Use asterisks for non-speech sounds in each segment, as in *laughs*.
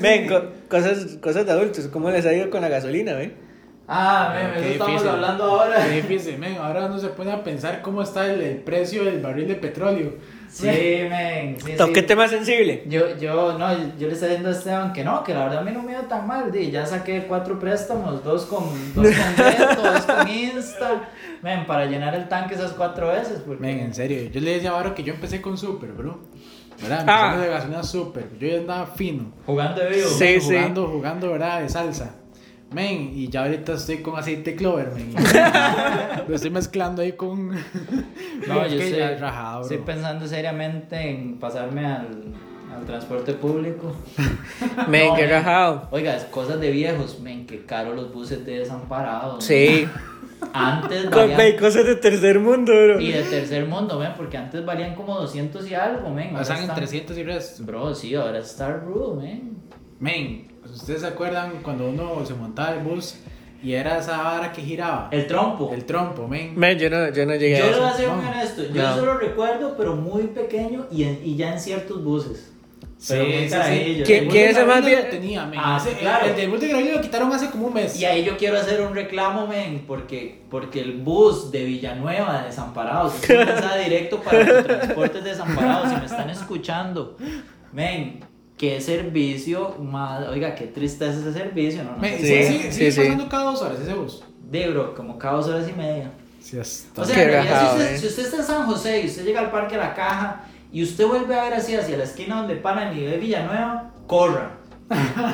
Ven, co- cosas, cosas de adultos, ¿cómo les ha ido con la gasolina, ven? Ah, men, Qué eso estamos difícil. hablando ahora. Qué difícil, men. Ahora uno se pone a pensar cómo está el, el precio del barril de petróleo. *laughs* Sí, men. Sí, sí. Toqué tema sensible. Yo, yo, no, yo le estoy diciendo a Esteban que no, que la verdad a mí no me iba tan mal, di, ya saqué cuatro préstamos, dos con, dos con *laughs* Beto, dos con Insta, men, para llenar el tanque esas cuatro veces, porque... Men, en serio. Yo le decía ahora que yo empecé con Super, bro. ¿Verdad? Ah. Empezando de gasolina Super. Yo ya andaba fino. Jugando de vivo. Sí. Men, jugando, jugando, ¿verdad? De salsa. Men, y ya ahorita estoy con aceite clover, *laughs* men. Lo estoy mezclando ahí con. *laughs* No, Es yo que estoy, ya es rajado, bro. estoy pensando seriamente en pasarme al, al transporte público. Men, No, qué men. rajado. Oiga, es cosas de viejos, men, que caro los buses de desamparados. *laughs* Sí. men. Antes Con- men, valían... cosas de tercer mundo, bro. Y de tercer mundo, men, porque antes valían como 200 y algo, men. ahora Pasan en están- 300 y resto. Bro, sí, ahora está rude, man. Men, ¿ustedes se acuerdan cuando uno se montaba el bus y era esa vara que giraba? El trompo. El trompo, men. Men, yo no, yo no llegué yo a lo voy a eso. ser no. muy honesto. Yo No. eso lo recuerdo, pero muy pequeño y, en- y ya en ciertos buses. Pero muy carajillo. ¿Qué- El bus qué de es ese Gabriel- más bien? Lo tenía, men. Ah, Ese- claro. El del bus de Gabriel lo quitaron hace como un mes. pues, Y ahí yo quiero hacer un reclamo, men, porque, porque el bus de Villanueva, de Desamparados, es un *laughs* mensaje directo para los transportes de Desamparados, si me están escuchando, men, qué servicio, más, oiga, qué tristeza ese servicio, no, no sé. Men, Sí, sigue- sí, sigue, sigue sí. pasando cada dos horas ese bus. De bro, como cada dos horas y media. Sí, hasta. O sea, Qué en realidad, rajado, si, usted, eh. si usted está en San José y usted llega al Parque La Caja y usted vuelve a ver así hacia la esquina donde paran y ve Villanueva, *laughs* corra.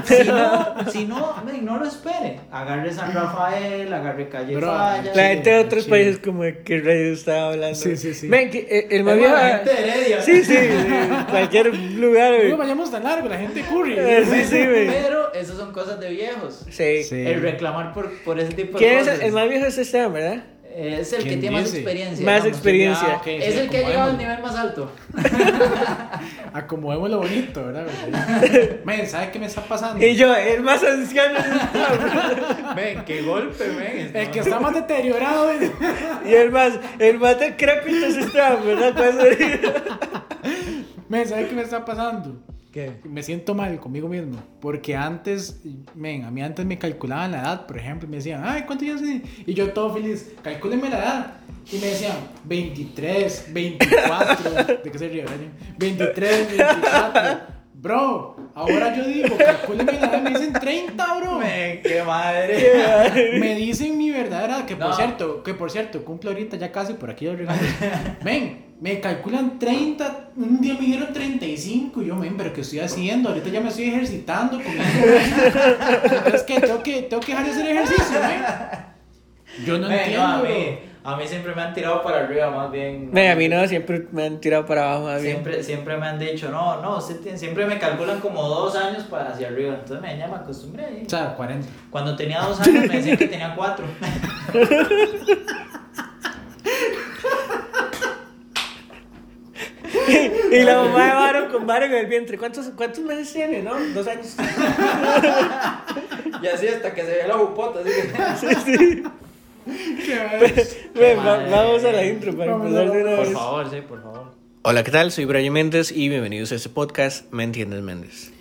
si no, si no, men, no lo espere. Agarre San Rafael, agarre Calle Bro, Falla. La gente de Chile, otros Chile. países como de qué radio estaba hablando. Sí, sí, sí. Men, que, eh, el más Es viejo. ah, buena gente de Heredia. Sí, sí, sí, cualquier *laughs* lugar, No güey. vayamos tan largo, la gente Eh, curry. *laughs* Sí, sí, güey. Pero esas son cosas de viejos. Sí. Sí. El reclamar por, por ese tipo de ¿Quién es cosas. el, el más viejo es Esteban, verdad? Es el que ¿Quién tiene más dice? Ah, experiencia. Más digamos. experiencia. experiencia. ok, Es sí, el que ha llegado al acomodémoslo. nivel más alto. Acomodemos lo bonito, *laughs* ¿verdad? men, ¿sabes qué me está pasando? Y yo, el más anciano este es Esteban, Ven, qué golpe, ven. El que está más deteriorado. es- bro. Y el más, el más decrépito es Esteban, ¿verdad? Pues, Men, ¿sabes qué me está pasando? ¿Qué? Me siento mal conmigo mismo. Porque antes, men, a mí antes me calculaban la edad, por ejemplo, y me decían, ay, ¿cuánto ya tiene? Y yo todo feliz, calcúlenme la edad. Y me decían, 23, 24, *laughs* ¿de qué se ríe? verdad? 23, 24. Bro, ahora yo digo, calcúlenme la edad, me dicen 30, bro. Men, qué madre. *laughs* Me dicen mi verdadera, que por No. cierto, que por cierto, cumplo ahorita ya casi por aquí los regalos. Ven, me calculan 30, un día me dieron 35, y yo, men, pero ¿qué estoy haciendo? Ahorita ya me estoy ejercitando comiendo. es que tengo que, tengo que dejar de hacer ejercicio, men. Yo no Men, entiendo. a, mí, a mí siempre me han tirado para arriba, más bien. Men, a mí no, siempre me han tirado para abajo más bien. Siempre, siempre me han dicho, no, no, usted tiene- siempre me calculan como dos años para hacia arriba. Entonces me, ya me acostumbré. ¿eh? O sea, *laughs* 40. Cuando tenía dos años me decían que tenía cuatro. *laughs* Y la mamá de Varo con Varo en el vientre. ¿Cuántos, cuántos meses tiene, no? Dos *laughs* años. y así hasta que se ve la bupota. Así que... Pues, Men, va- madre. vamos a la intro para Vamos, empezar de una *laughs* por vez. favor, sí, por favor. Hola, ¿qué tal? Soy Brian Méndez y bienvenidos a este podcast Me Entiendes Méndez.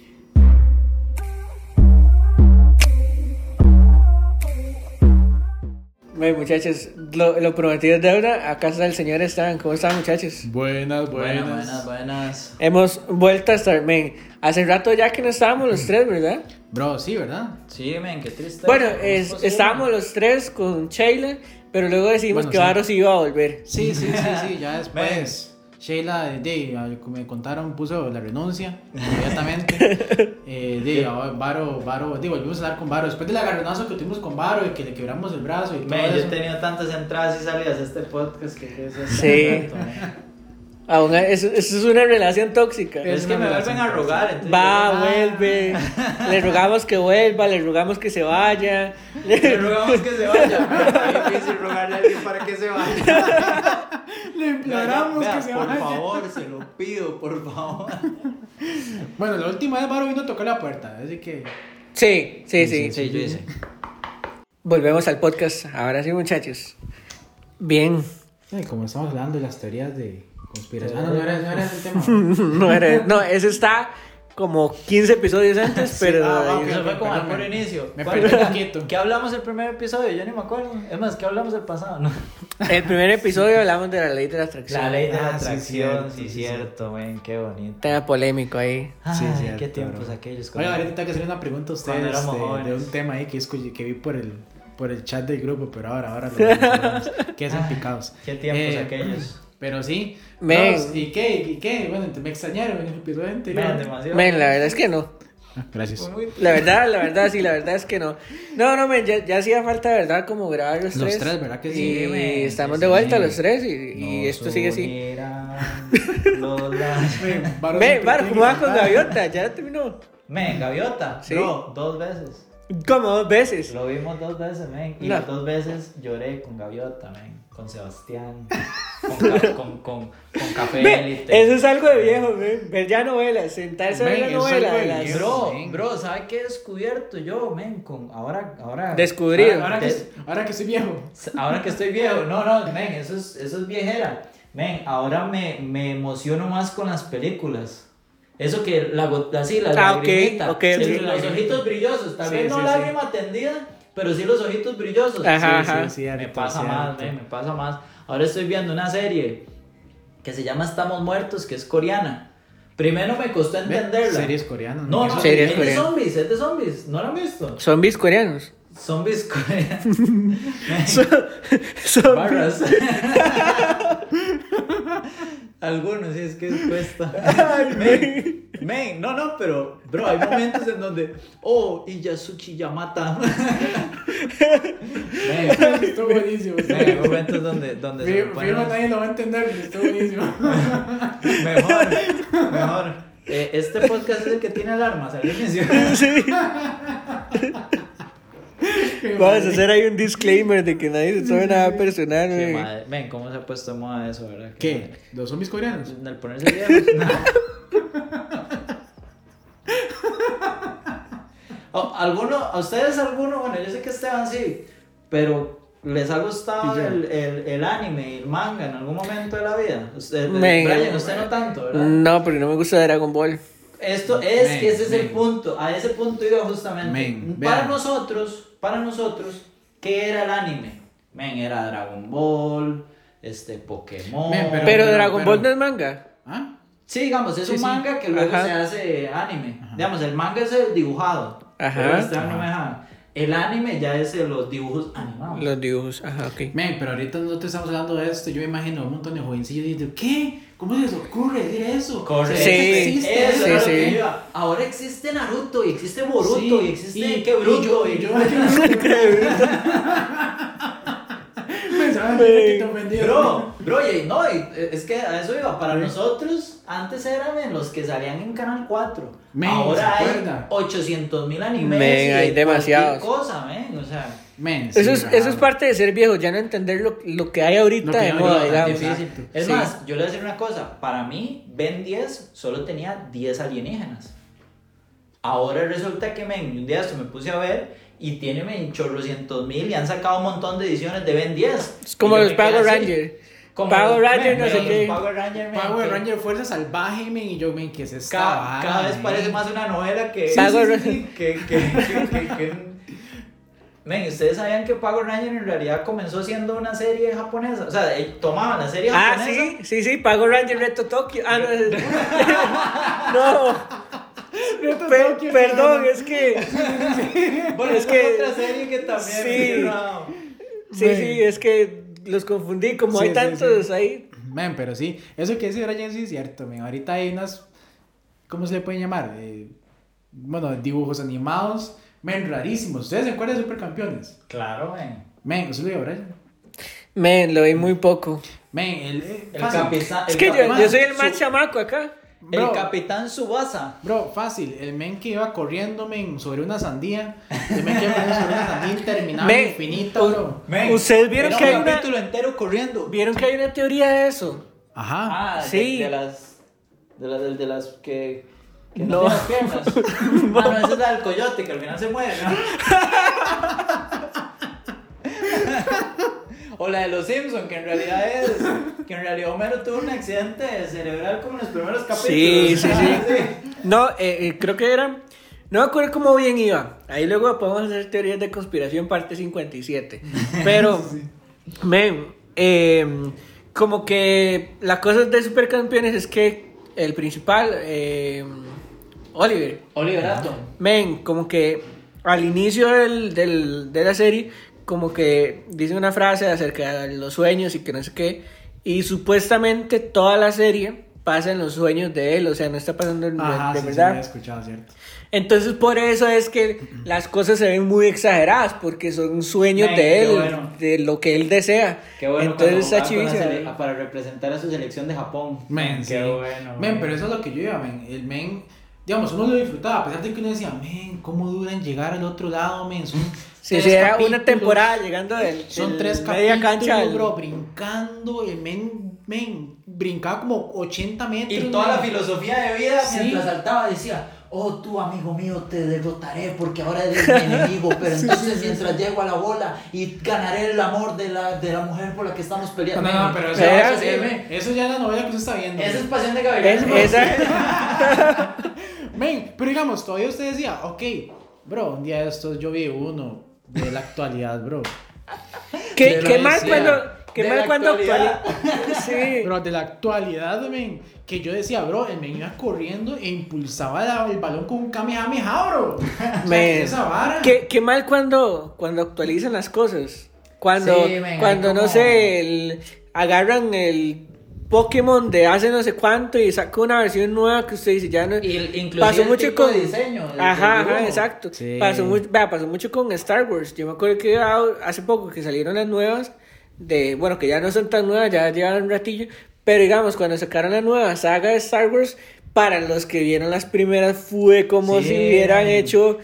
Bueno, muchachos, lo, lo prometido es deuda. A casa del señor están. ¿Cómo están, muchachos? Buenas, buenas. Buenas, buenas, buenas. Hemos vuelto a estar. men, hace rato ya que no estábamos los tres, ¿verdad? Bro, sí, ¿verdad? Sí, men, qué triste. Bueno, ¿Cómo es- posible? estábamos los tres con Sheila, pero luego decidimos Bueno, que sí. Varo sí iba a volver. Sí, sí, sí, sí, *laughs* ya después. Sheila, eh, de, al- como me contaron, puso la renuncia *laughs* inmediatamente. Eh, de, ahora Varo, Varo, de, volvimos a hablar con Varo. Después del agarronazo que tuvimos con Varo y que le quebramos el brazo y todo Men, yo he eso. tenido tantas entradas y salidas a este podcast que es este Sí. rato, men. Aún eso, eso es una relación tóxica. Pero es que me vuelven a rogar. Entonces Va, yo- "Ah, vuelve. Le rogamos que vuelva, le rogamos que se vaya. Le *laughs* rogamos que se vaya. men, Qué difícil rogarle a alguien para que se vaya. Le *laughs* imploramos Vea, que se Por vaya. favor, se lo pido, por favor. Bueno, la última vez Varo vino a tocar la puerta, así que. Sí, sí, sí. Sí, yo hice. Ah, Volvemos al podcast. Ahora sí, muchachos. Bien. *laughs* Ay, como *laughs* estamos hablando de las teorías de conspiración. Ah, no, no era, no era ese el tema. No, era- no, eso está como 15 episodios antes, pero. ah, ahí- ok. Eso fue como al perdón, puro me- inicio. me ¿Cuál- perdí un poquito. ¿Qué hablamos el primer episodio? Yo ni me acuerdo. Es más, ¿qué hablamos el pasado? No. El primer episodio hablamos de la ley de la atracción. La ley de la Ah, sí, atracción, cierto, sí, sí, cierto, men, qué bonito. Tema polémico ahí. Sí, Ay, cierto, qué tiempos bro. aquellos. Oiga, cuando- ahorita tengo que hacer una pregunta a Cuando ustedes éramos de, de jóvenes. un tema ahí que, escu- que vi por el, por el chat del grupo, pero ahora, ahora lo mencionamos. que hacen *laughs* Ay, picados. Qué tiempos Eh, aquellos. Pero sí. Men. No, pues, ¿Y qué? ¿Y qué? Bueno, te- me extrañaron en el episodio anterior. Men, demasiado. Men, la verdad es que no. Ah, gracias. Muy- La verdad, la verdad, sí, la verdad es que no. No, no, men, ya, ya hacía falta, ¿verdad? Como grabar los, Los tres, ¿verdad que sí, Y men? estamos Sí, de vuelta sí. los tres y, y Nos esto sigue así. *laughs* unirán los lazos. *laughs* Men, Varo Ve, siempre Bar, tiene ¿cómo que vas con cantar. Gaviota? Ya terminó. Men, Gaviota, Sí. bro, dos veces. Como dos veces. Lo vimos dos veces, men. Y No. las dos veces lloré con Gaviota, men. Con *laughs* Sebastián. Con, ca- con, con, con Café Ve, Élite. eso es algo de viejo, men. Ver ya novelas, sentarse a ver Men, la eso es novela. algo de de las- viejo. Bro, men. bro, ¿sabes qué he descubierto yo, men? Con, ahora, ahora. Descubrido. ahora- Ahora ahora que, ahora que soy viejo. Ahora que estoy viejo, no, no, men, eso es, eso es viejera. Men, ahora me, me emociono más con las películas. Eso que la gota, así, la Ah, ok, lagrimita, ok, el- sí. los ojitos brillosos, tal Sí, vez no sí, sí. lágrima tendida, pero sí los ojitos brillosos. Ajá, Sí, ajá. sí, sí, me Cierto, pasa más, cierto. men, me pasa más. Ahora estoy viendo una serie que se llama Estamos Muertos, que es coreana. Primero me costó Ve, entenderla. Series coreanas. No, no, Series es de coreanas. zombies, es de zombies, no la han visto. Zombies *laughs* coreanos. Zombies *laughs* coreanos. Men. Zombies. Barras. *laughs* Algunos, sí, es que cuesta. men, men, no, no, pero, bro, hay momentos en donde, oh, Iyasuki Yamata. *laughs* men, *laughs* Estuvo buenísimo. men, hay momentos donde, donde se me Fir- ponen Firma nadie lo va a entender, pero estuvo buenísimo. *laughs* mejor, mejor. Eh, este podcast es el que tiene alarmas, ¿alguien menciona? *laughs* Vamos a hacer ahí un disclaimer de que nadie se tome nada personal, Qué men. madre. Men, ¿cómo se ha puesto de moda eso, verdad? ¿Qué? ¿Los zombies coreanos? Al ponerse viejos. *laughs* No. O- Oh, ¿Alguno, a ustedes alguno, bueno, yo sé que Esteban sí, pero ¿les ha gustado Y yo. el, el, el anime y el manga en algún momento de la vida? Usted, eh, Men, Brian, usted no tanto, ¿verdad? No, porque no me gusta Dragon Ball. Esto es Mm. Men, que ese es el men. punto, a ese punto iba justamente. Men, para vean. nosotros, para nosotros, ¿qué era el anime? Men, era Dragon Ball, este Pokémon. Men, Pero, Pero- Dragon pero- Ball no es manga. ¿Ah? Sí, digamos, es Sí, un sí. manga que luego Ajá. se hace anime. Digamos, el manga es el dibujado. Ajá. Pero este no me deja. El anime ya es de los dibujos animados. Los dibujos, ajá, ok. Men, pero ahorita nosotros estamos hablando de esto. Yo me imagino un montón de jovencillos diciendo, ¿qué? ¿Cómo les ocurre decir eso? Correcto. Sí, existe Eso sí, era eso? lo que sí. iba. Ahora existe Naruto y existe Boruto Sí, y existe y- qué bruto. y yo, y- *laughs* y yo, Pensaban que te ofendido. Bro, bro, y- no, y, eh, es que a eso iba. Para nosotros, antes eran en los que salían en Canal 4. Men, Ahora ¿se hay acuerda? 800 mil Men, animes. y de hay cualquier demasiados. cosa, men, o sea. Men, sí, Eso es, ajá. eso es parte de ser viejo, ya no entender lo, lo que hay ahorita Lo que de hay moda, ahorita, digamos. difícil. Es Sí. más, yo le voy a decir una cosa. Para mí, Ben 10 solo tenía 10 alienígenas. Ahora resulta que men, un día esto me puse a ver y tiene men, chorrocientos mil y han sacado un montón de ediciones de Ben 10. Es como Y yo los me quedé Power así, Rangers. como Power los- Rangers, men, no sé pero los qué. Power Rangers, men, Power que Ranger Fuerza Salvaje, men, y yo, men, ¿qué es esta Cada, vara, cada vez men? parece más una novela que. Power que, que, que, que- que- Men, ¿ustedes sabían que Power Ranger en realidad comenzó siendo una serie japonesa? O sea, eh, tomaban la serie Ah, japonesa. sí, sí, sí, Pago Ranger Reto Tokio. Ah, no. es- *laughs* no. Reto pe- Tokio, perdón, no, es que. Bueno, es *laughs* es que- otra serie que también. sí. no. Sí, sí, es que los confundí. Como Sí, hay sí, tantos sí. ahí. Men, pero sí, eso que dice Brian sí es cierto, men. Ahorita hay unas, ¿cómo se le pueden llamar? Eh, bueno, dibujos animados, men, rarísimos. ¿Ustedes se acuerdan de Supercampeones? Claro, men. Men, eso lo digo, Brian. Men, lo vi muy poco. Men, el... eh, El fácil. capitán. Es que yo, Capitán. yo soy el más Su- chamaco acá. El Bro. capitán Subasa. Bro, fácil, el men que iba corriendo, men, sobre una sandía. El men que iba corriendo sobre una sandía interminable, Men, infinita, bro. Ustedes vieron era que hay un una- capítulo entero corriendo. ¿Vieron que hay una teoría de eso? Ajá. Ah, de- sí. De, las. De las, de, de las que. que No. no. tienen *laughs* las piernas. no. Ah, no, esa es la del coyote que al final se muere, ¿no? O la de los Simpsons, que en realidad es. Que en realidad Homero tuvo un accidente cerebral como en los primeros capítulos. *laughs* Sí, sí, sí. No, eh, eh, creo que era. No me acuerdo cómo bien iba. Ahí luego podemos hacer teorías de conspiración, parte 57. Pero, men, eh, como que la cosa de Supercampeones es que el principal, eh, Oliver, Oliver Atom. men, como que al inicio del- del- de la serie, como que dice una frase acerca de los sueños y que no sé qué. Y supuestamente toda la serie pasa en los sueños de él, o sea, no está pasando en- Ajá, de sí, sí, lo verdad. había escuchado, ¿cierto? Entonces por eso es que las cosas se ven muy exageradas, porque son sueños Men, de qué él, bueno. de lo que él desea. Qué bueno Entonces cuando está jugaba con la chivísimo. sele- para representar a su selección de Japón. Men, qué sí. bueno. Men, pero eso es lo que yo iba, men. El men, digamos, uno lo disfrutaba, a pesar de que uno decía, men, ¿cómo duran llegar al otro lado, men? Son Si tres hiciera capítulos, una temporada llegando del, Son del tres media capítulos, cancha. al- bro, brincando, el men, men, brincaba como 80 metros. Y toda la men. filosofía de vida Sí. mientras saltaba decía, oh tú amigo mío te derrotaré porque ahora eres mi *laughs* enemigo, pero entonces mientras llego a la bola y ganaré el amor de la, de la mujer por la que estamos No, peleando. no, no, pero eso, Era eso, sí, así. men, eso ya es la novela que usted está viendo. Esa es men. pasión de Gabriel. Es- esa- Men, pero digamos, todavía usted decía, ok, bro, un día de estos yo vi uno de la actualidad, bro. ¿Qué, De qué la mal decía, cuando... Qué de mal la cuando... actualidad. actuali- Sí. Pero de la actualidad, men, que yo decía, bro, el men iba corriendo e impulsaba la- el balón con un kamehameha, bro. *laughs* O *laughs* sea, Men, esa vara. Qué, qué mal cuando, cuando actualizan las cosas. Cuando, Sí, men, cuando ahí no como- sé, el- agarran el Pokémon de hace no sé cuánto y saca una versión nueva que usted dice, ya no... Y el- inclusive pasó el mucho tipo con de diseño, el- ajá, el dibujo. ajá exacto Sí. pasó mucho vea, pasó mucho con Star Wars yo me acuerdo que a- hace poco que salieron las nuevas de bueno que ya no son tan nuevas ya llevan un ratillo pero digamos cuando sacaron la nueva saga de Star Wars para los que vieron las primeras fue como Sí. si hubieran hecho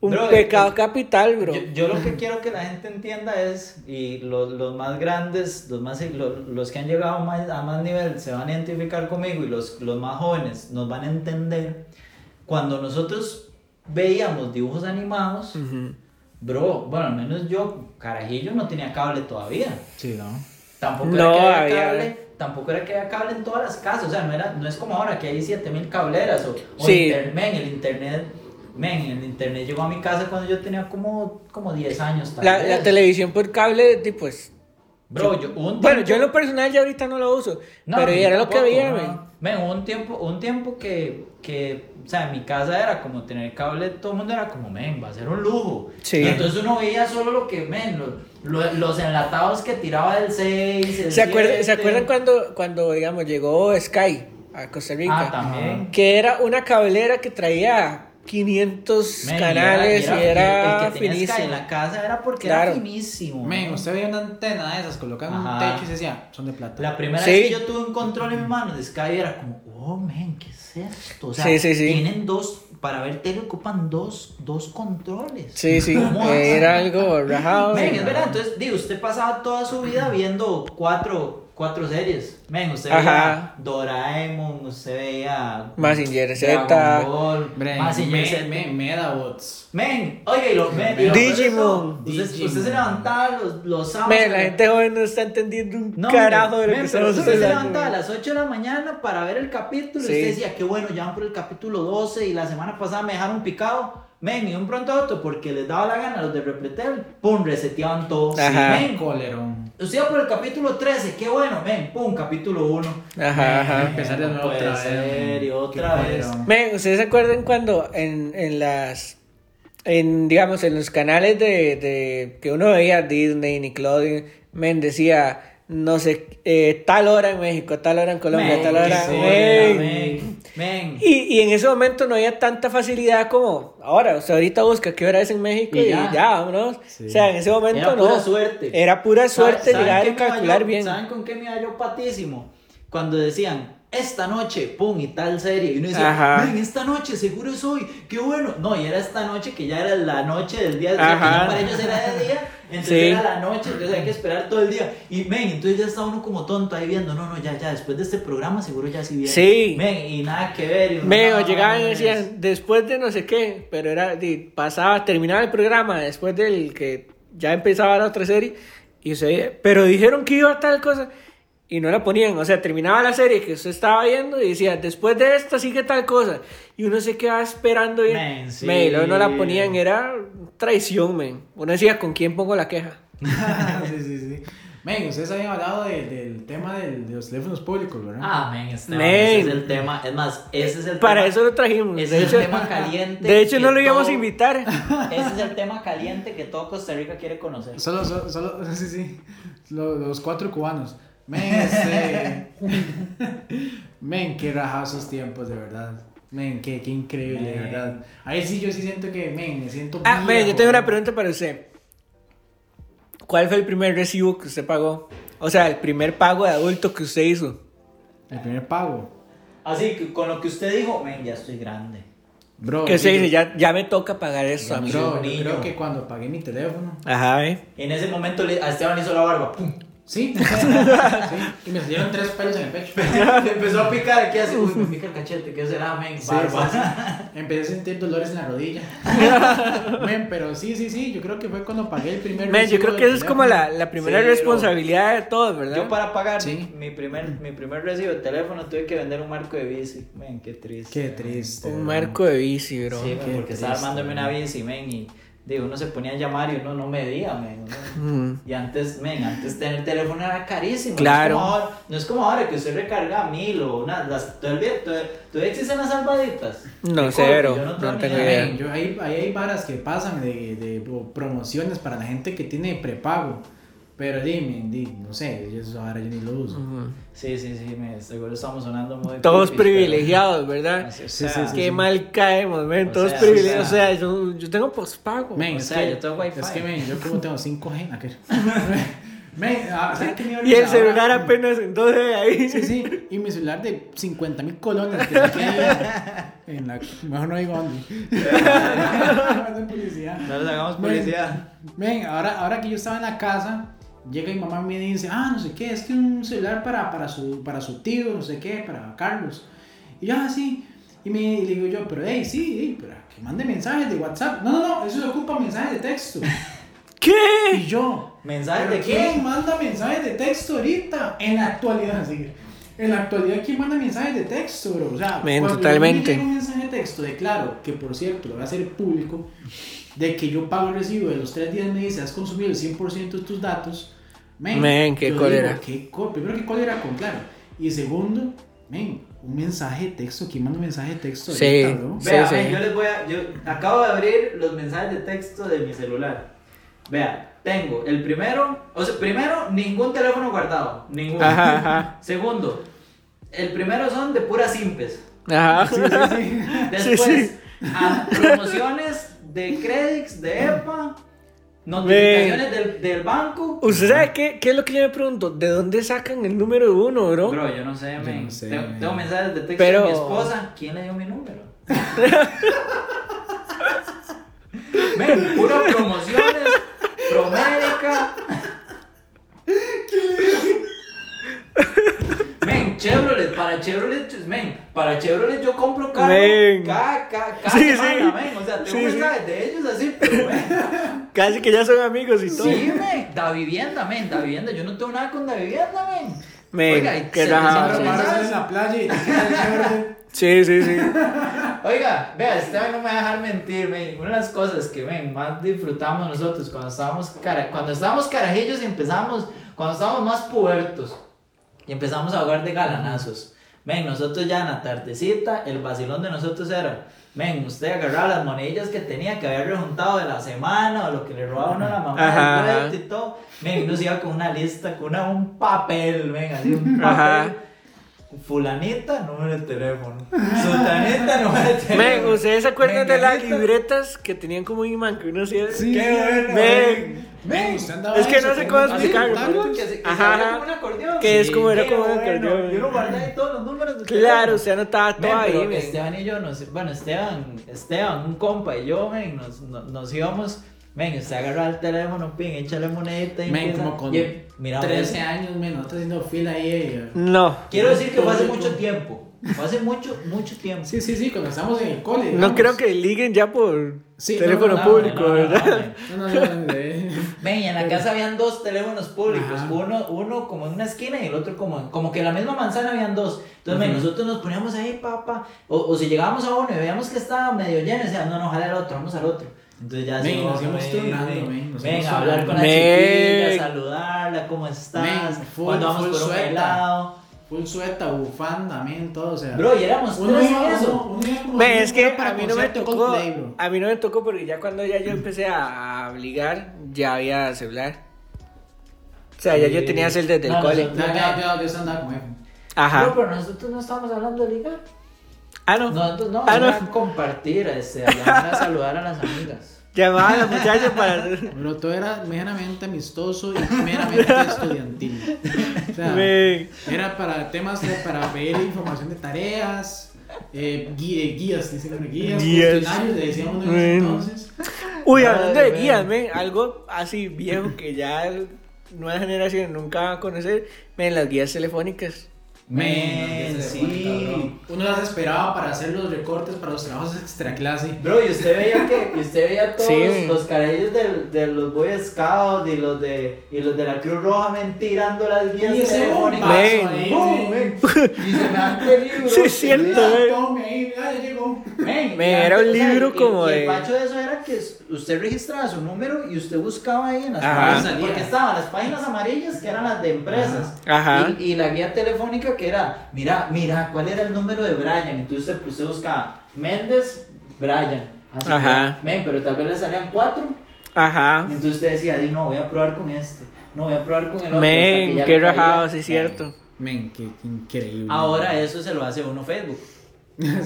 un Bro, pecado eh, capital bro Yo, yo lo que quiero que la gente entienda es, y los, los más grandes, los, más, los, los que han llegado más- a más nivel se van a identificar conmigo y los, los más jóvenes nos van a entender, cuando nosotros veíamos dibujos animados, Ujú. bro, bueno, al menos yo, carajillo, no tenía cable todavía. Sí, no. Tampoco No, era que había, había- cable, tampoco era que había cable en todas las casas, o sea, no, era, no es como ahora que hay 7000 cableras o, o Sí. inter- men, el internet, men, el internet llegó a mi casa cuando yo tenía como como 10 años tal la, vez. la televisión por cable di, pues Bro, yo hubo un bueno tiempo- yo en lo personal ya ahorita no lo uso No, pero yo ya era lo que tampoco, veía no. men. Men, hubo un tiempo, un tiempo que, que, o sea, en mi casa era como tener cable, todo el mundo era como, men, va a ser un lujo. Sí. Y entonces uno veía solo lo que, men, lo- lo- los enlatados que tiraba del 6, el ¿Se, acuerda- ¿Se siete. acuerdan cuando, cuando, digamos, llegó Sky a Costa Rica? Ah, también. Que era una cablera que traía 500 Men, y era- canales y era, el que tenía Sky en finísimo. la casa era porque Claro. era finísimo. Men, ¿no? usted veía una antena de esas, colocan un Ajá. techo y se decía, son de plata. La primera Sí. vez que yo tuve un control en mi mano de Sky era como, oh, men, ¿qué es esto? O sea, Sí, sí, sí. tienen dos, para ver tele ocupan dos, dos controles. Sí, sí, ¿Cómo eh, hacen? era algo rajado. Men, men. es verdad, entonces, digo, usted pasaba toda su vida viendo cuatro, cuatro series. Men, usted Ajá. veía Doraemon, usted veía... Mazinger Z. Dragon Ball, Bre, Mazinger men, Z. men, Medabots. Men, oye, y los men, y lo- Digimon. Usted, usted Digimon. se levantaba los, los sábados. Men, la gente joven no está entendiendo un No, carajo de lo men, que men, estamos pero Usted se hablando. levantaba a las 8 de la mañana para ver el capítulo Sí. y usted decía, qué bueno, ya van por el capítulo 12 y la semana pasada me dejaron picado. Men, y de un pronto a otro, porque les daba la gana a los de Repretel, pum, reseteaban todo. Ajá. Men, Colerón. usted iba por el capítulo 13, qué bueno, men, pum, capítulo 1. Ajá, ajá. Empezar de no nuevo puede otra ser, vez. y men. otra Qué vez. colerón. Men, ¿ustedes se acuerdan cuando en, en las. En, digamos, en los canales de, de- que uno veía Disney, Nickelodeon, men, decía, no sé, eh, tal hora en México, tal hora en Colombia, Men, tal qué hora. cólera, men. men, men. Y, y en ese momento no había tanta facilidad como ahora. O sea, ahorita busca qué hora es en México Y y ya, ya. vámonos. O sea, en ese momento Era no. pura suerte. Era pura suerte ¿Saben llegar qué a me iba calcular yo- bien. ¿Saben con qué me iba yo patísimo? Cuando decían, esta noche, pum, y tal serie. Y uno decía, Ajá. ven, esta noche, seguro es hoy, qué bueno. No, y era esta noche que ya era la noche del día. o sea, que Ajá. ya para ellos era de día, entonces Sí. era la noche, entonces hay que esperar todo el día. Y men, entonces ya está uno como tonto ahí viendo, no, no, ya, ya, después de este programa seguro ya sí viene. Sí. Men, y nada que ver. y uno, Veo, no, llegaban y es- decían, después de no sé qué, pero era, di- pasaba, terminaba el programa, después del que ya empezaba la otra serie, y se, pero dijeron que iba a tal cosa, y no la ponían. O sea, terminaba la serie que usted estaba viendo y decía, después de esta sigue tal cosa. Y uno se quedaba esperando y Men, sí. Men, y luego no la ponían, era traición, men. Uno decía, ¿con quién pongo la queja? *laughs* sí, sí, sí. Men, ustedes habían hablado de- del tema del- de los teléfonos públicos, ¿verdad? Ah, men, Esteban, Men. ese es el tema. Es más, ese es el Para tema. eso lo trajimos. ese de es hecho, el tema caliente. de hecho que no lo íbamos todo- a invitar. Ese es el tema caliente que todo Costa Rica quiere conocer. Solo, solo, solo- *laughs* sí, sí. Lo- Los, cuatro cubanos. *laughs* Men, este. Men, qué rajados esos tiempos, de verdad. Men, qué, qué increíble, de Men. verdad. Ahí sí, yo sí siento que, men, me siento. Ah, men, yo viejo. tengo una pregunta para usted. ¿Cuál fue el primer recibo que usted pagó? O sea, el primer pago de adulto que usted hizo. El primer pago. Así que con lo que usted dijo, men, ya estoy grande. Bro. Que se sí, dice, ya, ya me toca pagar eso, Ya me amigo. Bro, Soy yo niño. creo que cuando pagué mi teléfono. Ajá, ¿eh? En ese momento le- a Esteban le hizo la *laughs* barba. ¡Pum! *laughs* Sí, sí. Y me salieron tres pelos en el pecho. le empezó a picar aquí así. Uy, me pica el cachete. ¿Qué será, men? Sí, Barba. sí, sí. *laughs* Empecé a sentir dolores en *laughs* la rodilla. Men, pero sí, sí, sí. Yo creo que fue cuando pagué el primer Men, yo recibo creo del que esa es como teléfono. la, la primera Sí, bro. responsabilidad de todos, ¿verdad? Yo para pagar Sí. mi, primer, mi primer recibo de teléfono tuve que vender un marco de bici. Men, qué triste. Qué triste. Un bro. marco de bici, bro. Sí, men, qué porque estaba triste, armándome una bici, men, y digo, uno se ponía a llamar y uno no medía, men. uno- Mm. Y antes, men, antes tener teléfono era carísimo. Claro. No es como ahora, no es como ahora que usted recarga mil o una. Las, ¿todavía, todavía, todavía existen las salvaditas? No De sé, corte, bro, yo no tenía, tengo idea. men, Yo, ahí, ahí hay varas que pasan de, de promociones para la gente que tiene prepago. Pero dime, di- no sé, yo eso ahora yo ni lo uso. Ujú. Sí, sí, sí, men, seguro estamos sonando muy. Todos creepy, pero- privilegiados, ¿verdad? Así, o Sí, sea, sí, Qué mal caemos, men. O Todos sea, privilegiados. o O sea. sea, yo, yo tengo pospago. Men, o es sea, que- yo tengo wifi. Es que, men, yo como tengo *laughs* 5G, ¿a qué? *laughs* men, ah, ¿sabes qué me Y el ahora? celular apenas entonces de ahí. Sí, sí, y mi celular de 50 mil colones que saqué ahí en la... Mejor no digo dónde. *laughs* Me hacen publicidad. No les hagamos Men, publicidad. Ven, ahora, ahora que yo estaba en la casa, llega mi mamá y me dice, ah, no sé qué, es que un celular para, para, su, para su tío, no sé qué, para Carlos. Y yo, ah, sí. Y me y le digo yo, pero hey, sí, hey, pero que mande mensajes de WhatsApp. No, no, no, eso se ocupa mensajes de texto. ¿Qué? Y yo, ¿Mensajes "¿Pero de quién? manda mensajes de texto ahorita? En la actualidad, así En la actualidad, ¿quién manda mensajes de texto, bro? O sea, Men, cuando totalmente. yo me llega un mensaje de texto, declaro, que por cierto, lo voy a hacer público, de que yo pago el recibo de los tres días, me dice, has consumido el 100% de tus datos. Men, Men, qué yo cólera. "¿Qué có- primero, ¿qué cólera con claro? Y segundo, men, un mensaje de texto, ¿quién manda un mensaje de texto Sí. ahorita, bro? Sí, Vea, sí. ven, yo les voy a. Yo acabo de abrir los mensajes de texto de mi celular. Vea, tengo el primero. O sea, primero, ningún teléfono guardado. Ninguno. Ajá, ajá. Segundo, el primero son de puras simpes. Ajá. Sí, sí, sí. *laughs* Después, Ah, Sí, sí. a- promociones de Credits, de EPA, notificaciones del, del banco. ¿Usted sabe qué, qué es lo que yo me pregunto? ¿De dónde sacan el número uno, bro? Bro, yo no sé, men. no sé, tengo, men. tengo mensajes de texto Pero- de mi esposa. ¿Quién le dio mi *laughs* número? men, puras promociones, promédica. Men, Chevrolet, para Chevrolet, men, para Chevrolet yo compro carro Men. cada, cada, cada Sí, semana, sí. men, o sea, tengo Sí, sí. mensajes de ellos así, pero men, *laughs* Casi que ya son amigos y todo. Sí, men, da vivienda, men, da vivienda. Yo no tengo nada con da vivienda, men. Men, y qué se- rajada, se- sí. Ahora sales en la playa y te quedas chévere. Sí, sí, *laughs* sí. *laughs* Oiga, vea, Esteban no me va a dejar mentir, men. Una de las cosas que, men, más disfrutamos nosotros cuando estábamos, cara- cuando estábamos carajillos y empezamos, cuando estábamos más pubertos y empezamos a jugar de galanazos. Men, nosotros ya en la tardecita, el vacilón de nosotros era, men, usted agarraba las monedillas que tenía que haber rejuntado de la semana o lo que le robaba uno a la mamá Ajá, del ajá. puerto y todo. Men, uno se iba con una lista, con una- un papel, men, así un papel. Ajá. Fulanita, número de teléfono. Sultanita, número de teléfono. Men, ¿ustedes se acuerdan de las Menganita. libretas que tenían como un imán que uno hacía? Sí, Qué bueno, men. Men, usted andaba Es que eso, no sé pero cómo no- Así, explicarlo, un taco pero- que se- que se Ajá, abre ajá. como un acordeón. Que es como era qué como un bueno. acordeón. Y uno guardaba ahí todos los números de Claro, teléfono. o sea, no estaba todo Men, ahí, pero men. este Esteban y yo, nos, bueno, Esteban, Esteban, un compa y yo, men, nos, no- nos íbamos, men, usted agarraba el teléfono, pin, échale monedita y Men, empieza- como con y- mira, 13 men, años, men, nosotros haciendo fila ahí. eh. No. Quiero decir que fue hace mucho tiempo, fue hace mucho, mucho tiempo. Sí, sí, sí, cuando estábamos en el cole. No digamos. creo que liguen ya por Sí, no, teléfono no, no, público, no, no, ¿verdad? no, men. No, no, no, no, eh. Ven, y en la Pero- casa habían dos teléfonos públicos, Ajá. uno, uno como en una esquina y el otro como, como que en la misma manzana habían dos. Entonces, men, nosotros nos poníamos ahí, papá, o, o si llegábamos a uno y veíamos que estaba medio lleno, decíamos, no, no, jala el otro, vamos al otro. Entonces ya Men, sí, nos oh, íbamos men, turnando, men, men, nos ven, íbamos a hablar con la turnando. chiquilla, saludarla, ¿cómo estás? Men, full- Cuando vamos full por un suelta. helado. Full sueta, bufanda, men, todo, o sea. Bro, y éramos uno tres en iba, eso. uno- uno iba como Ve, si es que fuera para a mí no me concierto de tocó. Coldplay, bro. A mí no me tocó porque ya cuando ya yo empecé a obligar, ya había celular. O sea, ya yo tenía cel desde el No, no, cole. no. Ya, ya, ya, ya se andaba como F. Bro, Ajá. pero nosotros no estábamos hablando de ligar. Ah, no. No, entonces no, Ah, era no. compartir, este, llamar a saludar a las amigas. Llamaba a los muchachos para. *laughs* Bro, todo era meramente amistoso y meramente estudiantil. O sea, Ve. era para temas de- para ver información de tareas, eh, gui- eh, guías, dicen bueno, guías, Guías. cuestionarios, le decíamos en Bueno. ese entonces. Uy, hablando Ay, de ve. guías, men, algo así viejo que ya nueva generación nunca va a conocer, men, las guías telefónicas. Men, Men, sí. sí. Uno las esperaba para hacer los recortes para los trabajos extra clase. Bro, y usted veía que, y usted veía todos Sí. los carayos del- de, los Boy Scouts y los de, y los de la Cruz Roja men tirando las guías Y ese bombazo telefónicas. Ven. ahí, ¡Bum! men. *laughs* Ven. Y se me dan peligros. Sí, es cierto. Mira, Ven. tome ahí, ah, ya llegó. Men, Men, y era antes, un o sea, libro y- como y de- El pacho de eso era que s- usted registraba su número y usted buscaba ahí en las Ajá. páginas. Porque estaban las páginas amarillas que eran las de empresas. Ajá. Y, y la guía telefónica que era, mira, mira, ¿cuál era el número de Brian? Entonces usted, usted buscaba Méndez, Brian. Así Ajá. que, Men, pero tal vez le salían cuatro. Ajá. Entonces usted decía, di, no, voy a probar con este. No, voy a probar con pues, el otro. hasta que Men, ya qué le caía. rajado, sí, Men, cierto. Men, qué qué increíble. Ahora *laughs* eso se lo hace uno Facebook.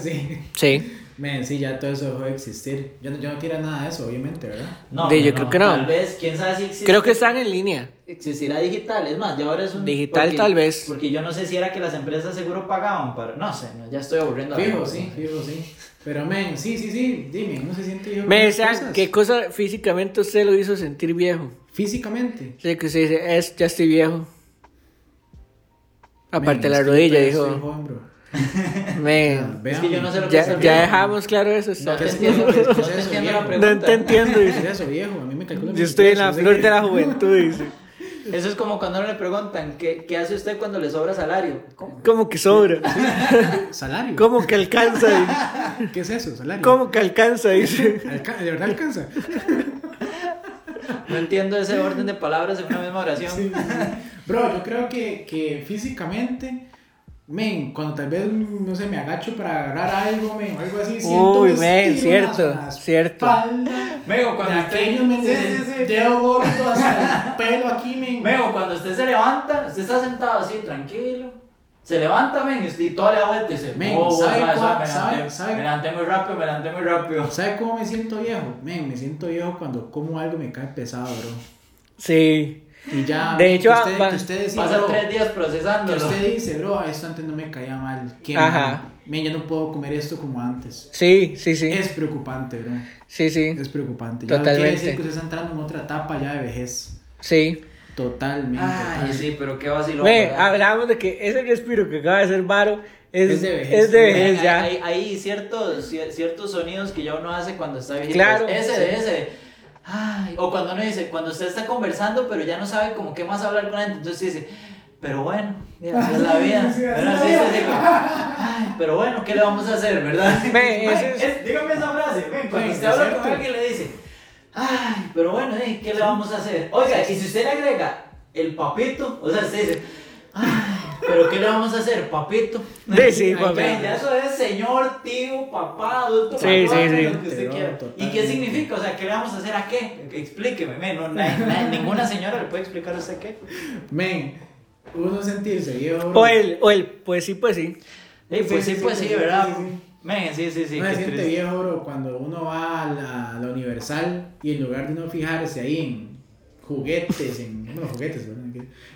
sí. Sí. Men, sí, ya todo eso dejó de existir. Yo no, yo no quiero nada de eso, obviamente, ¿verdad? No, Di, yo no, creo que no. Tal vez, quién sabe si existe. Creo que están en línea. existirá digital. Es más, ya ahora es un. Digital, tal vez. Porque yo no sé si era que las empresas seguro pagaban para. No sé, no, ya estoy aburriendo. a la Fijo, gente. sí, fijo, sí. Pero, men, sí, sí, sí, dime, ¿no se siente viejo? Me con decían, cosas? ¿qué cosa físicamente usted lo hizo sentir viejo? Físicamente. O sea, que usted dice, es, ya estoy viejo. Aparte de Men, este la estoy rodilla, preso, soy dijo. joven, bro. Men, Vean, Es que yo no sé lo que ya, está ya bien. dejamos claro eso. No está- te ¿Qué es entiendo, pues, eso? no ¿Qué es te eso, entiendo viejo? la No te pregunta. entiendo, ¿Qué *laughs* es dice. eso, viejo? A mí me ¿eh? calcula. Yo estoy en la flor de la juventud, dice. Eso es como cuando uno le preguntan, ¿qué, qué hace usted cuando le sobra salario? ¿Cómo? *laughs* Como que sobra. *laughs* ¿Salario? Como que alcanza, dice. ¿Qué es eso, salario? Como que alcanza, dice. Alca- ¿De verdad *laughs* alcanza? No entiendo ese orden de palabras en una misma oración. Sí, sí, sí. Bro, yo creo que, que físicamente, men, cuando tal vez, no sé, me agacho para agarrar algo, men, o algo así, siento Uy, un men, estirón cierto, hasta la cierto. espalda. Mego, De aquello, men, Sí, del sí, sí. dedo gordo *laughs* hasta el pelo aquí, men. Mego, cuando usted se levanta, usted está sentado así, tranquilo. Se levanta, men, y usted y toda la vuelta y dice, Men, "Oh, ¿sabe suave, cuál- suave, me sabe- levanté- sabe- Me levanté muy rápido, me levanté muy rápido. ¿Sabes cómo me siento viejo? Men, me siento viejo cuando como algo me cae pesado, bro. Sí. Y ya, De men, hecho, que ah, usted, va- que usted decía, Pasan bro, tres días que procesándolo. usted dice, bro, esto antes no me caía mal. Que, Ajá. Men, yo no puedo comer esto como antes. Sí, sí, sí. Es preocupante, bro. Sí, sí. Es preocupante. Ya Totalmente. quiere decir que usted está entrando en otra etapa ya de vejez. Sí. Totalmente. Ay, total. sí, pero qué vacilón. Ve, ¿verdad? hablamos de que ese respiro que acaba de hacer Varo es, Es de vejez. es de vejez Hay- ya. Hay, hay ciertos, cier- ciertos sonidos que ya uno hace cuando está viejito. Claro, Ese, sí. ese. Ay, o cuando uno dice, cuando usted está conversando, pero ya no sabe como qué más hablar con la gente. Entonces dice, pero bueno, mira, así es la vida. Ah, Sí, así Pero es así la es, así como, "Ay, pero bueno, ¿qué le vamos a hacer, verdad? *laughs* Ve, Ay, ese es- Pues, es- dígame esa frase. ven, cuando Ve, usted habla es con cierto. alguien le dice, ay, pero bueno, eh, ¿qué le vamos a hacer? Oiga, y si usted le agrega el papito, o sea, usted dice, ay, pero ¿qué le vamos a hacer, papito? Sí, sí, Ay, papito. ya eso es señor, tío, papá, adulto, Sí, papá, sí, sí. lo que usted Pero quiera. ¿Y totalmente. qué significa? O sea, ¿qué le vamos a hacer a qué? Explíqueme, men, no, na- na- ninguna señora le puede explicar a usted qué. Men, uno sentirse viejo. bro. O el, o el, pues sí, pues sí. Ey, pues Sí, sí, sí, pues sí, sí, sí, ¿verdad? sí, sí. Men, sí, sí, sí. uno qué se siente triste. viejo, bro, cuando uno va a la, a la Universal y en lugar de no fijarse ahí en juguetes, en. Bueno, juguetes, ¿verdad?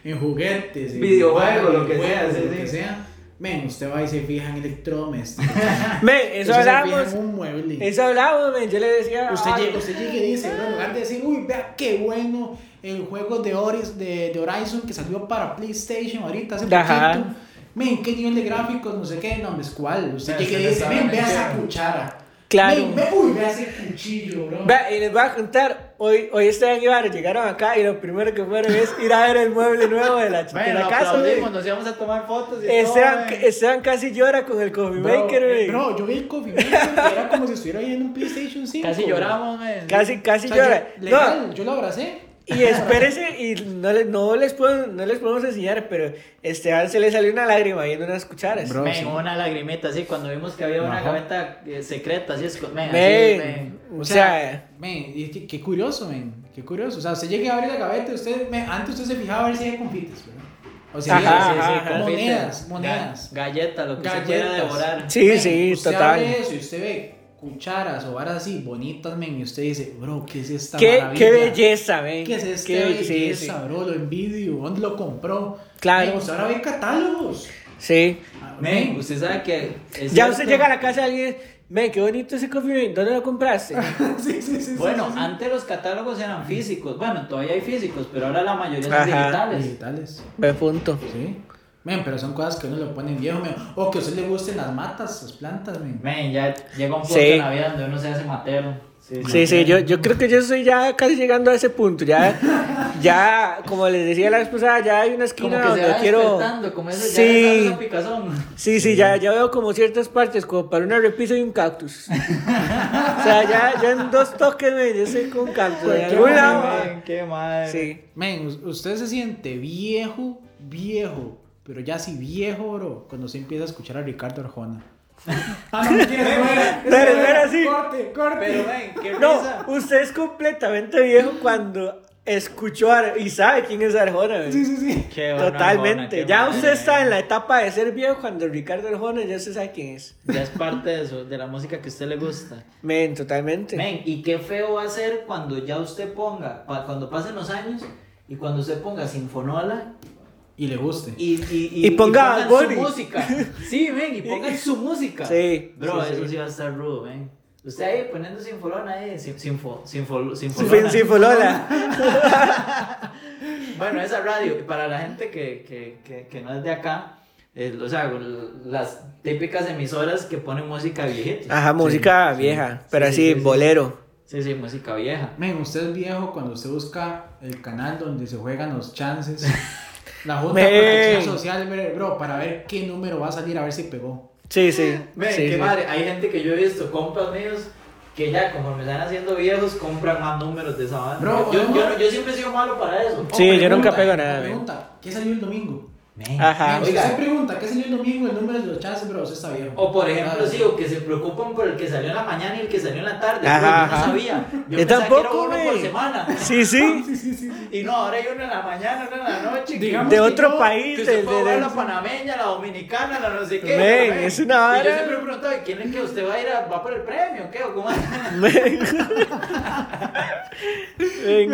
En juguetes, en Videojuegos, lo que sea, videojuegos, sí, lo que sí. sea. Men, usted va y se fija en electrodomésticos. Ve, eso Usted se fija hablamos. en un mueble. Eso hablamos, men. Yo le decía. a Usted Varo, llega, usted llega y dice, bro, en lugar de decir, uy, vea qué bueno el juego de, Horis- de, de Horizon que salió para PlayStation ahorita hace Ajá. poquito. Men, qué nivel de gráficos, no sé qué, no, hombre, es cuál. Usted Ah, llega y usted dice, sabe, men, vea mentira. esa cuchara. Claro. Men, me- uy, me hace cuchillo, bro. Vea, y les voy a contar, hoy, hoy Esteban y Iván llegaron acá y lo primero que fueron es ir a ver el mueble nuevo de la, de Bueno, la casa, aplaudimos, güey. nos íbamos a tomar fotos y Esteban, todo, güey. Esteban casi llora con el coffee Bro, maker, eh, güey. bro, yo vi el Coffee Maker, güey, era como si estuviera viendo un PlayStation 5. Casi güey. lloramos, men. Casi, O casi sea, llora. No, yo- legal, yo lo abracé. y espérese, y no, le- no, les puedo, no les podemos enseñar, pero Esteban se le salió una lágrima viendo unas cucharas. Bro, Men, sí. una lagrimita así cuando vimos que había una Ajá. gaveta eh, secreta, así es. co- Men, así, Men, men. o sea, men, y qué, qué curioso, men, qué curioso. O sea, usted llega a abrir la gaveta y usted, men, antes usted se fijaba a ver si hay confites, ¿verdad? O sea, Ajá, sí, sí, ajá, sí, ajá. monedas, Ga- monedas. Galletas, lo que Galletas. se pueda devorar. Sí, sí, usted total. abre eso y usted ve cucharas o varas así bonitas, men, y usted dice, bro, ¿qué es esta qué, maravilla? qué belleza, ven. ¿Qué es esta este Qué be- belleza, sí, bro? Lo envidio, ¿dónde lo compró? Claro. Men, usted ahora ve catálogos. Sí. Ah, Men, usted sabe que. es Ya cierto. usted llega a la casa de alguien, ven, qué bonito ese coffee maker, ¿dónde lo *laughs* compraste? *laughs* sí, sí, sí. Bueno, sí, sí, sí. antes los catálogos eran físicos. Bueno, todavía hay físicos, pero ahora la mayoría son Ajá. digitales. digitales. Buen punto. Sí. Men, pero son cosas que uno le pone en viejo, men. O que a usted le gusten las matas, las plantas, men. Men, ya llega un punto Sí. en la vida donde uno se hace matero. Sí, sí, yo, yo creo que yo estoy ya casi llegando a ese punto. Ya, ya como les decía la vez pasada, ya hay una Como esquina que se donde va quiero. despertando, como eso ya le sí, da picazón. sí, sí, ya, ya veo como ciertas partes, como para una repisa y un cactus. *laughs* o sea, ya, ya en dos toques, men, yo soy con cactus. De Cualquier algún lado. momento. qué madre. Sí. Men, us- usted se siente viejo, viejo. Pero ya sí viejo, bro, cuando se empieza a escuchar a Ricardo Arjona. *laughs* ah, no, mentira, ese no era, ese no Espera, espera, sí. Corte, corte. Ah, Pero, men, qué No, risa. usted es completamente viejo cuando escuchó a- y sabe quién es Arjona, men. Sí, sí, sí. Qué bueno, Arjona, Totalmente. qué Ya madre. usted está en la etapa de ser viejo cuando Ricardo Arjona ya usted sabe quién es. Ya es parte de, eso, de la música que a usted le gusta. Men, totalmente. Men, y qué feo va a ser cuando ya usted ponga, pa- cuando pasen los años y cuando usted ponga Sinfonola Y le guste. y, y, Y ponga pongan Bad Bunny. su música. Sí, men, y pongan su música. Sí, Bro, sí, eso sí. sí va a estar rudo, men. Usted ahí poniendo Sinfolona ahí, sin, sinfo, sinfo, Sin sinfolona. Sinfolola. Bueno, esa radio, para la gente que, que, que, que no es de acá, eh, o sea, las típicas emisoras que ponen música viejita. Ajá, música vieja, pero Sí, así, sí, sí. bolero. Sí, sí, música vieja. Men, usted es viejo cuando usted busca el canal donde se juegan *laughs* los chances. La Junta de Men. Protección Social, bre- bro, para ver qué número va a salir, a ver si pegó. Sí, sí. Men, sí, qué sí. madre, hay gente que yo he visto, compas míos, que ya conforme están haciendo viejos, compran más números de esa banda. Bro, yo, no. yo, yo siempre he sido malo para eso. Sí, yo nunca pego eh, nada, o men. Pregunta, ¿qué salió el domingo? Men, Ajá. Men, men, oiga, usted se pregunta, ¿qué salió el domingo? El número de los chances, bro, usted está viejo. o por ejemplo, Ah, sí, o que se preocupan por el que salió en la mañana y el que salió en la tarde. Ajá, Bro, yo ajá. no sabía. Yo, Yo pensaba que era tampoco, uno por men. semana. Sí, sí. Sí, sí, sí. sí. Y no, ahora hay uno en la mañana, uno en la noche. que- Digamos De que otro yo- país. de- Que usted puede de- jugar la panameña, la dominicana, la no sé qué. Men, la es una Y yo vara. siempre me preguntaba, ¿y ¿quién es que usted va a ir a, va por el premio? ¿Qué? ¿O cómo? Men,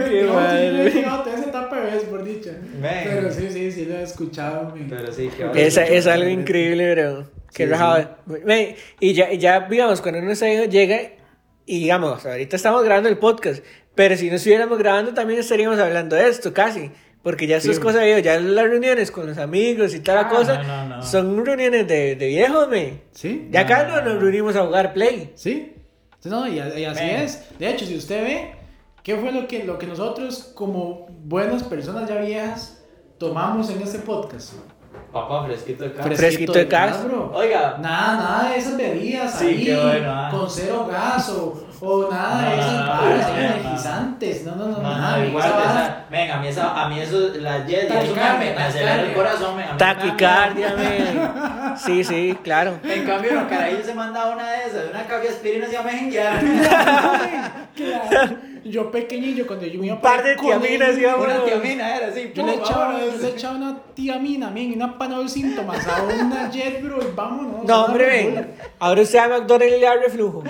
qué No, madre. sí, no, no, esa etapa es por dicha. Men. Pero sí, sí, sí, lo he escuchado, men. Pero sí, qué vara. Esa- es algo increíble, bro. Qué Sí, rajado. Ve, Y ya, y ya, digamos, cuando uno está viejo, llega y digamos, ahorita estamos grabando el podcast, pero si no estuviéramos grabando también estaríamos hablando de esto casi. Porque ya eso es Sí. cosa de viejo, ya las reuniones con los amigos y tal Ah, cosa no, no, no. son reuniones de, de viejos, me. ¿Sí? Ya acá no nos reunimos a jugar play. Sí, no, y, y así Venga. es. De hecho, si usted ve, ¿qué fue lo que, lo que nosotros, como buenas personas ya viejas, tomamos en este podcast? Papá, Ah, fresquito de casa. Fres- Fresquito de gas, cas. bro. Oiga, Nada, nada de esas bebidas Sí, ahí, qué bueno, ah. con cero gas o, o nada de No, esas no, no, barras no, ahí no, no. energizantes. No, no, no, no, nada. no, bien, esa igual, vara- esa, men, a mí, esa, a mí eso, la jet, eso me, Taquicardia, me acelera el taquicardia. corazón, men. a mí- Taquicardia, me. Sí, sí, claro. En cambio, los carayos se manda una de esas, una café aspirina, se llama jenguear. *laughs* *laughs* Claro. Yo pequeñillo, cuando yo me iba Un par para de el colegio, tiaminas iba Una tiamina era así, Yo le pum, echaba, vámonos. yo le echaba una tiamina, men, y una panadol síntomas, a una jet, bro, y vámonos. No, hombre, Red Bull. ven. Ahora usted a McDonald's le da reflujo.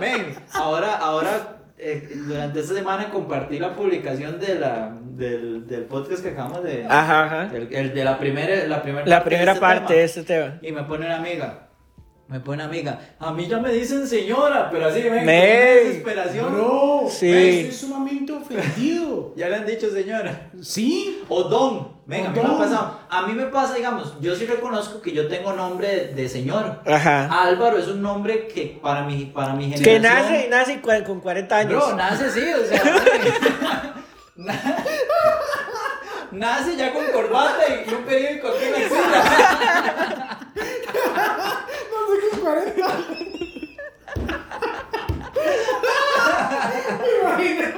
Men, ahora, ahora eh, durante esta semana compartí la publicación de la, del, del podcast que acabamos de. Ajá, ajá. el- el de la primera, la primera Ah. La primera de este parte tema. de este tema. Y me pone una amiga. Me pone amiga. A mí ya me dicen señora, pero así, ven, con una Ey, desesperación. Bro, Sí. mae, estoy sumamente ofendido. Ya le han dicho señora. Sí. O don. Venga, a mí me ha don. pasado. A mí me pasa, digamos, yo sí reconozco que yo tengo nombre de, de señor. Ajá. Álvaro es un nombre que para mi, para mi generación. Ah, Que nace, nace cua- con 40 años. Bro, nace sí, o sea. mae. Na- *laughs* nace ya con corbata y un periódico aquí en la axila. No sé qué es *laughs* 40. Me imagino.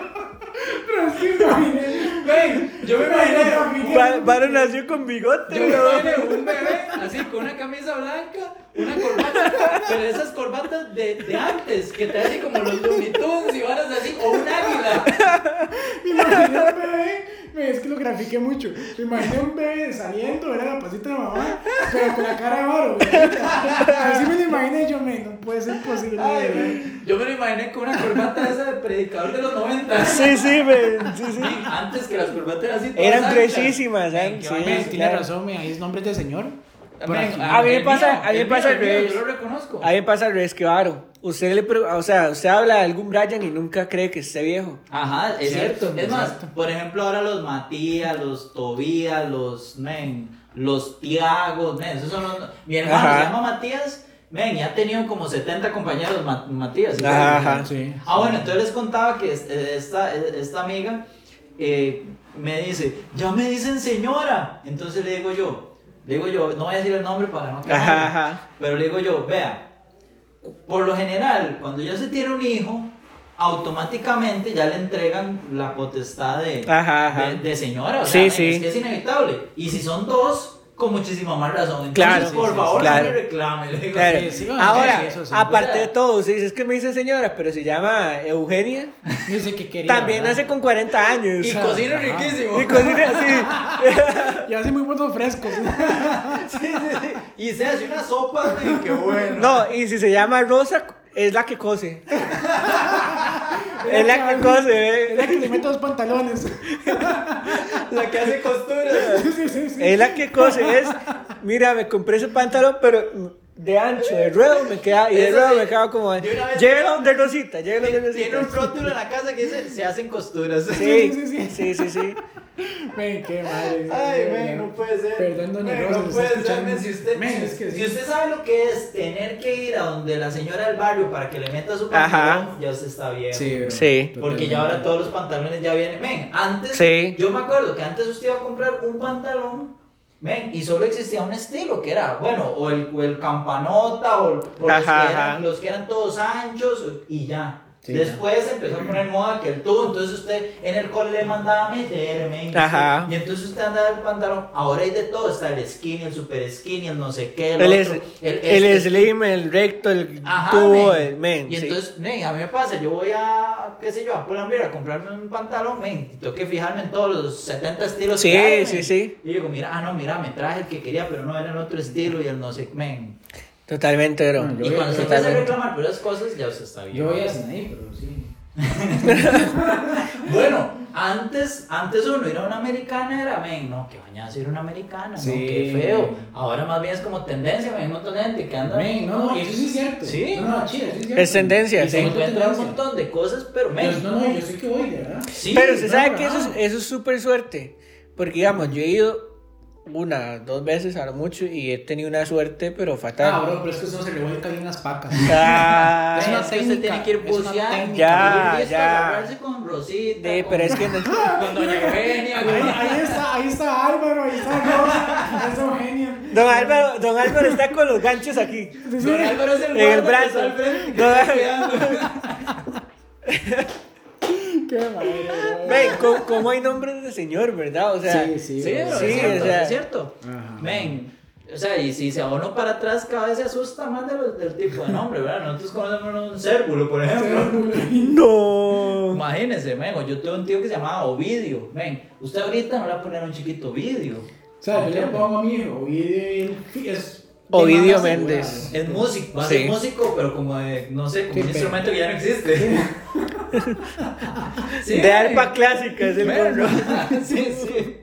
Pero es que me imaginé. Ven, yo me imaginé. Va- Varo nació con bigote, Yo me bro. imaginé un bebé así con una camisa blanca, una corbata, pero esas corbatas de, de antes, que te hacen como los Looney Tunes y varas así, o un águila. Me imaginé un bebé, me- es que lo grafiqué mucho. Me imaginé un bebé saliendo, era la pasita de mamá, pero con la cara de varo. güey. Así me lo imaginé y yo, me, no puede ser posible. Ay, güey. güey, yo me lo imaginé con una corbata esa de predicador de los 90. Sí, sí, me, sí, sí. Sí, Antes que las corbatas eran así. todas Eran anchas. precisísimas, Ven, ¿eh? que Sí. van- Men, claro. tiene razón, me, ahí es nombre de señor. Por Ven, aquí. a mí me el pasa- a mí me el pasa mío, al el mío, revés. Yo lo reconozco. A mí me pasa al revés que Varo. Usted le pre- o sea, usted habla de algún Brian y nunca cree que esté viejo. Ajá, es Cierto, cierto. Es es más, cierto. por ejemplo, ahora los Matías, los Tobías, los men, los Tiagos, men, esos son los. Mi hermano Ajá. se llama Matías, men, y ha tenido como 70 compañeros Ma- Matías. ¿sí? Ajá. Sí. Ah, bueno, entonces les contaba que es- eh, esta, eh, esta amiga eh, me dice, ya me dicen señora. Entonces le digo yo, le digo yo, no voy a decir el nombre para no quemarla, Ajá, ajá. pero le digo yo, vea, por lo general, cuando ya se tiene un hijo, automáticamente ya le entregan la potestad de, Ajá, ajá. de, de señora. O Sí, sea, es sí. que es inevitable. Y si son dos, con muchísima más razón. Entonces, Claro, por sí, sí, favor, claro. no me reclame. le digo, Claro. sí, sí, Ahora, sí, eso sí. aparte de todo, usted dice, es que me dice señora, pero se llama Eugenia. Dice que quería. También ¿verdad? nace con 40 años. Y cocina Ajá. riquísimo. Y cocina Y hace muy buenos frescos. *laughs* Sí, sí, sí. Y se hace una sopa, güey, qué así. bueno. *laughs* No, y si se llama Rosa, es la que cose. Es la que cose, Es eh. la que le meto los pantalones. La que hace *laughs* costuras. Sí, sí, sí, sí. Es la que cose. Es, mira, me compré ese pantalón, pero mm, de ancho, de ruedo me queda, y de Eso ruedo sí. me queda como. De una vez- Llévelo de Rosita, llévelo de Tiene un Rosita. rótulo en la casa que dice, se hacen costuras. *laughs* Sí, Sí, sí, sí. sí, sí, sí. Men, qué madre. Ay, men, no puede ser. Perdón, doña Men, Rosa, No si puede está ser, escuchando. men, si usted, Men, si- es que si sí. usted sabe lo que es tener que ir a donde la señora del barrio para que le meta su Ajá. pantalón, ya usted está bien. bro, Sí. Porque ya ahora todos los pantalones ya vienen. Men, antes, Sí. yo me acuerdo que antes usted iba a comprar un pantalón. Men, y solo existía un estilo que era, bueno, o el, o el campanota, o, o los, que Ajá, ajá. eran, los que eran todos anchos, y ya. Sí, Después empezó a poner moda que el tubo, entonces usted en el cole le mandaba meter, men. Ajá. Y entonces usted andaba el pantalón. Ahora hay de todo: está el skinny, el super skinny, el no sé qué, el, El, otro. es- el este. slim, el recto, el Ajá, tubo, men. el eh, men. Y sí. entonces, men, a mí me pasa, yo voy a, qué sé yo, a Pull&Bear a comprarme un pantalón, men, y tengo que fijarme en todos los 70 estilos Sí, que hay, sí, men. sí. Y digo, mira, ah, no, mira, me traje el que quería, pero no era el otro estilo y el no sé, men. Totalmente, bro. Mm, Yo Y voy a- cuando se empieza a Totalmente. reclamar por esas cosas, ya usted está bien. Yo voy a Sinaí, pero sí. Bueno, antes, antes uno ir a una americana era, men, no, que bañadas ir a una americana, Sí. no, qué feo. Ahora más bien es como tendencia, men, hay un montón de gente que anda... Men, no, y eso sí es cierto. Sí. No, no, chile, eso es cierto. Es tendencia, Y sí. Se tengo encuentra un tendencia. montón de cosas, pero, men... Yo- no, no, yo sé que voy, de ¿verdad? Ah, Sí, Pero se no, sabe que ajá. eso es, eso es súper suerte. Porque, digamos, yo he ido una, dos veces a lo mucho y he tenido una suerte, pero fatal. Ah, bro, pero es que eso se revuelca bien las pacas. Ah, pues, Es una que usted tiene técnica, que ir es una buceando. técnica. Ya, ir listo, ya. agarrarse con Rosita. sí, con, pero es que no- con Doña Eugenia. *laughs* Ahí, con- ahí está, ahí está Álvaro, ahí está Rosa, ahí está Eugenia. *laughs* Don Álvaro, don Álvaro está con los ganchos aquí. Sí, sí. Don Álvaro es el, En el guarda que está brazo. al frente, que No, está cuidando. Qué madre, bro. Ven, co- ¿cómo hay nombres de señor, verdad? O sea, Sí, sí. Sí, pero Sí, es cierto, o sea. es cierto. Ajá. Ven. O sea, y si se va uno para atrás, cada vez se asusta más de los- del tipo de nombre, ¿verdad? Nosotros conocemos un cérvulo, por ejemplo. no. Imagínense, men, o yo tuve un tío que se llamaba Ovidio. Ven, usted ahorita no le va a poner a un chiquito Ovidio. O sea, yo le pongo a mi hijo Ovidio y es. Ovidio demanda Méndez. asegurada. Es músico, va a Sí. ser músico, pero como de, no sé, como Sí, un pero- instrumento que ya no existe. Sí, De arpa clásica es el Bueno, gorro. *laughs* sí, sí.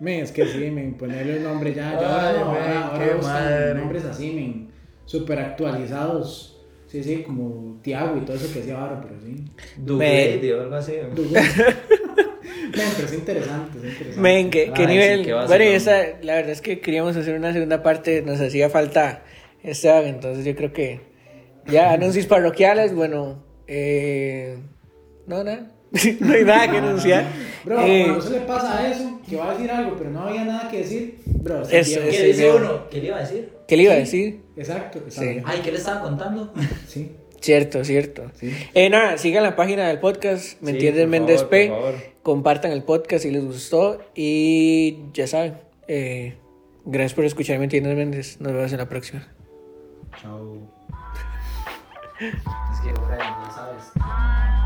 Men, es que sí, men, ponerle el nombre ya. Ay, Yo ahora no, men, ahora, ahora qué usan madre. nombres así, men. súper actualizados. Sí, sí, como Tiago y todo eso que hacía ahora, pero sí. Me- Dublade o algo así. Du- *laughs* Men, pero es interesante, es interesante. Men, qué, qué Ay, sí, nivel. qué bueno, y vacilón. esa, la verdad es que queríamos hacer una segunda parte, nos hacía falta esta, entonces yo creo que *laughs* ya anuncios parroquiales, bueno, eh, no, nada, *laughs* no hay nada que anunciar. Bro, Eh, cuando se le pasa a eso, que va a decir algo, pero no había nada que decir, bro, se Eso, entiende. ¿Qué sí, dice yo- uno? ¿Qué le iba a decir? ¿Qué le iba a decir? Exacto, está Sí. bien. Ah, Ay, ¿qué le estaba contando? Sí, Cierto, cierto. sí. Eh, nada, sigan la página del podcast, ¿me Sí, entienden? por Méndez favor, P. por favor. Compartan el podcast si les gustó y ya saben, eh, gracias por escuchar, ¿me entiendes, Méndez? Nos vemos en la próxima. Chao. Es que, Brian, ya sabes.